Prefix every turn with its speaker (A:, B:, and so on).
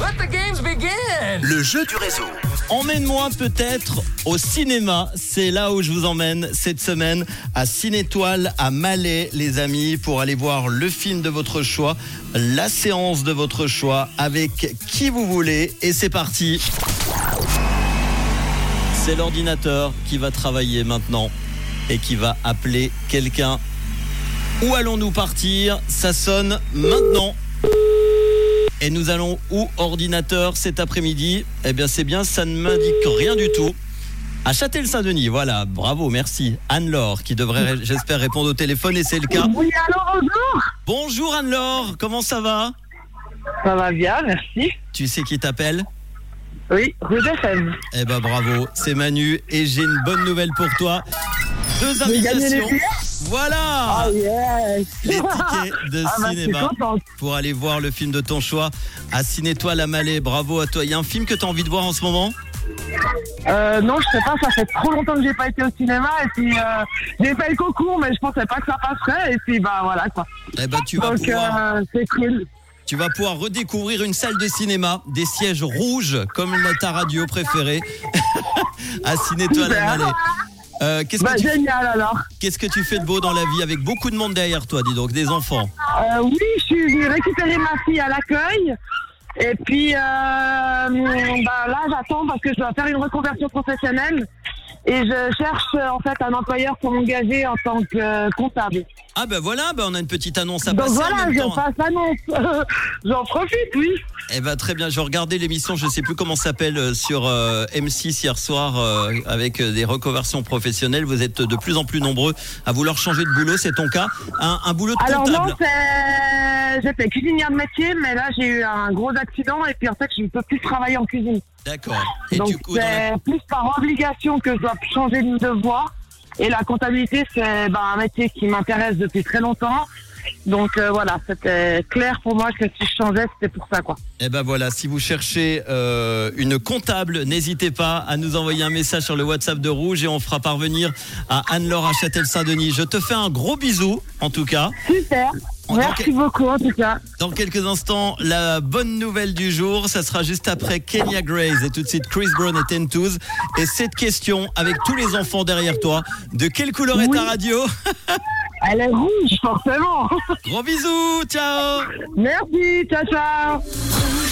A: Let the games begin.
B: Le jeu du réseau.
C: Emmène-moi peut-être au cinéma. C'est là où je vous emmène cette semaine à Cinétoile à Malais, les amis, pour aller voir le film de votre choix, la séance de votre choix avec qui vous voulez. Et c'est parti. C'est l'ordinateur qui va travailler maintenant et qui va appeler quelqu'un. Où allons-nous partir Ça sonne maintenant. Et nous allons où ordinateur cet après-midi Eh bien c'est bien, ça ne m'indique rien du tout. À Châtel-Saint-Denis, voilà, bravo, merci. Anne-Laure qui devrait, j'espère, répondre au téléphone et c'est le cas.
D: Oui, alors bonjour
C: Bonjour Anne-Laure, comment ça va
D: Ça va bien, merci.
C: Tu sais qui t'appelle
D: Oui, Rude FM.
C: Eh ben bravo, c'est Manu et j'ai une bonne nouvelle pour toi. Deux
D: J'ai gagné les
C: invitations.
D: billets
C: Voilà
D: Ah yes
C: les tickets de
D: Ah bah, je suis
C: cinéma.
D: contente.
C: pour aller voir le film de ton choix à Cinétoile à Malais. Bravo à toi. Il y a un film que tu as envie de voir en ce moment
D: Euh, non, je sais pas, ça fait trop longtemps que j'ai pas été au cinéma et puis euh, j'ai fait le concours, mais je pensais pas que ça passerait et puis bah voilà quoi.
C: Eh ben, tu vas
D: Donc
C: pouvoir.
D: euh, c'est cool.
C: Tu vas pouvoir redécouvrir une salle de cinéma, des sièges rouges comme la- ta radio préférée à Cinétoile à
D: Super.
C: Malais. Euh, qu'est-ce,
D: Bah
C: que tu,
D: génial alors.
C: qu'est-ce que tu fais de beau dans la vie avec beaucoup de monde derrière toi, dis donc, des enfants
D: Euh, oui, je suis venue récupérer ma fille à l'accueil. Et puis, euh, bah, là, j'attends parce que je dois faire une reconversion professionnelle. Et je cherche euh, en fait un employeur pour m'engager en tant que euh, comptable.
C: Ah ben voilà, ben on a une petite annonce à
D: Donc
C: passer en
D: voilà,
C: même
D: je
C: temps.
D: passe l'annonce. J'en profite, oui.
C: Eh ben très bien, je regardais l'émission, je sais plus comment ça s'appelle euh, sur euh, M6 hier soir euh, avec euh, des reconversions professionnelles. Vous êtes de plus en plus nombreux à vouloir changer de boulot, c'est ton cas. Un, un boulot de
D: Alors non,
C: comptable.
D: c'est- j'étais cuisinière de métier, mais là j'ai eu un gros accident et puis en fait je ne peux plus travailler en cuisine.
C: D'accord. Et
D: Donc ben-
C: du coup, dans la-
D: c'est plus par obligation que je dois changer de devoir. Et la comptabilité, c'est bah, un métier qui m'intéresse depuis très longtemps. Donc euh, voilà, c'était clair pour moi que si je changeais, c'était pour ça quoi.
C: eh ben voilà, si vous cherchez euh, une comptable, n'hésitez pas à nous envoyer un message sur le WhatsApp de Rouge et on fera parvenir à Anne-Laure à Châtel-Saint-Denis. Je te fais un gros bisou, en tout cas.
D: Super.
C: On-
D: Merci beaucoup en tout cas.
C: Dans quelques instants, la bonne nouvelle du jour, ça sera juste après Kenya Grace et tout de suite Chris Brown et Tentouz. Et cette question, avec tous les enfants derrière toi, de quelle couleur est
D: Oui.
C: ta radio
D: Elle est rouge forcément.
C: Gros bisous, ciao
D: Merci, ciao ciao.